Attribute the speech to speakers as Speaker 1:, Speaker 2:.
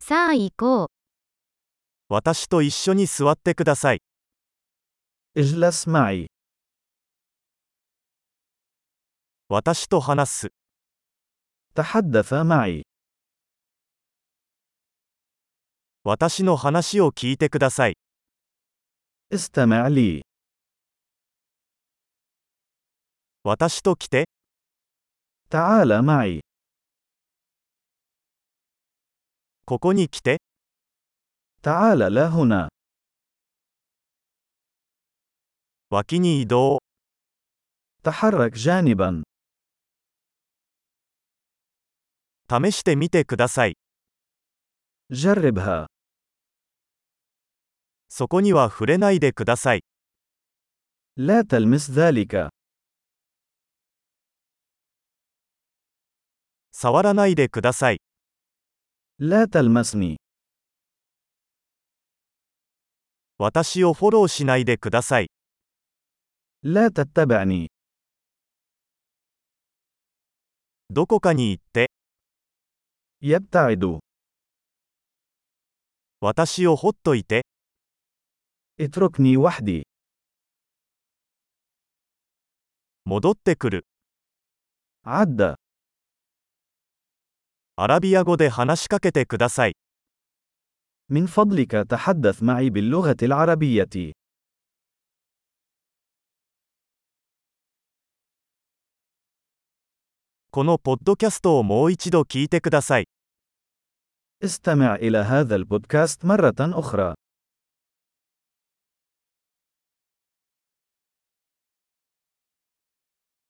Speaker 1: さあ行こう。
Speaker 2: 私と一緒に座ってください。
Speaker 3: اجلس معي.
Speaker 2: 私と話す。
Speaker 3: تحدث معي.
Speaker 2: 私の話を聞いてください。
Speaker 3: استمع لي.
Speaker 2: 私と来て、
Speaker 3: تعال معي.
Speaker 2: ここに来て、
Speaker 3: تعال لهنا.
Speaker 2: 脇に移動。
Speaker 3: تحرك جانبا.
Speaker 2: 試してみてください。
Speaker 3: جربها.
Speaker 2: そこには触れないでください。
Speaker 3: لا تلمس ذلك.
Speaker 2: 触らないでください。
Speaker 3: لا تلمسني.
Speaker 2: 私をフォローしないでください。
Speaker 3: لا تتبعني.
Speaker 2: どこかに行って、
Speaker 3: يبتعد.
Speaker 2: 私をほっといて、
Speaker 3: اتركني وحدي.
Speaker 2: 戻ってくる。
Speaker 3: عد.
Speaker 2: アラビア語で話しかけてください。
Speaker 3: من فضلك تحدث معي باللغة العربية.
Speaker 2: このポッドキャストをもう一度聞いてください。
Speaker 3: استمع إلى هذا البودكاست مرة أخرى.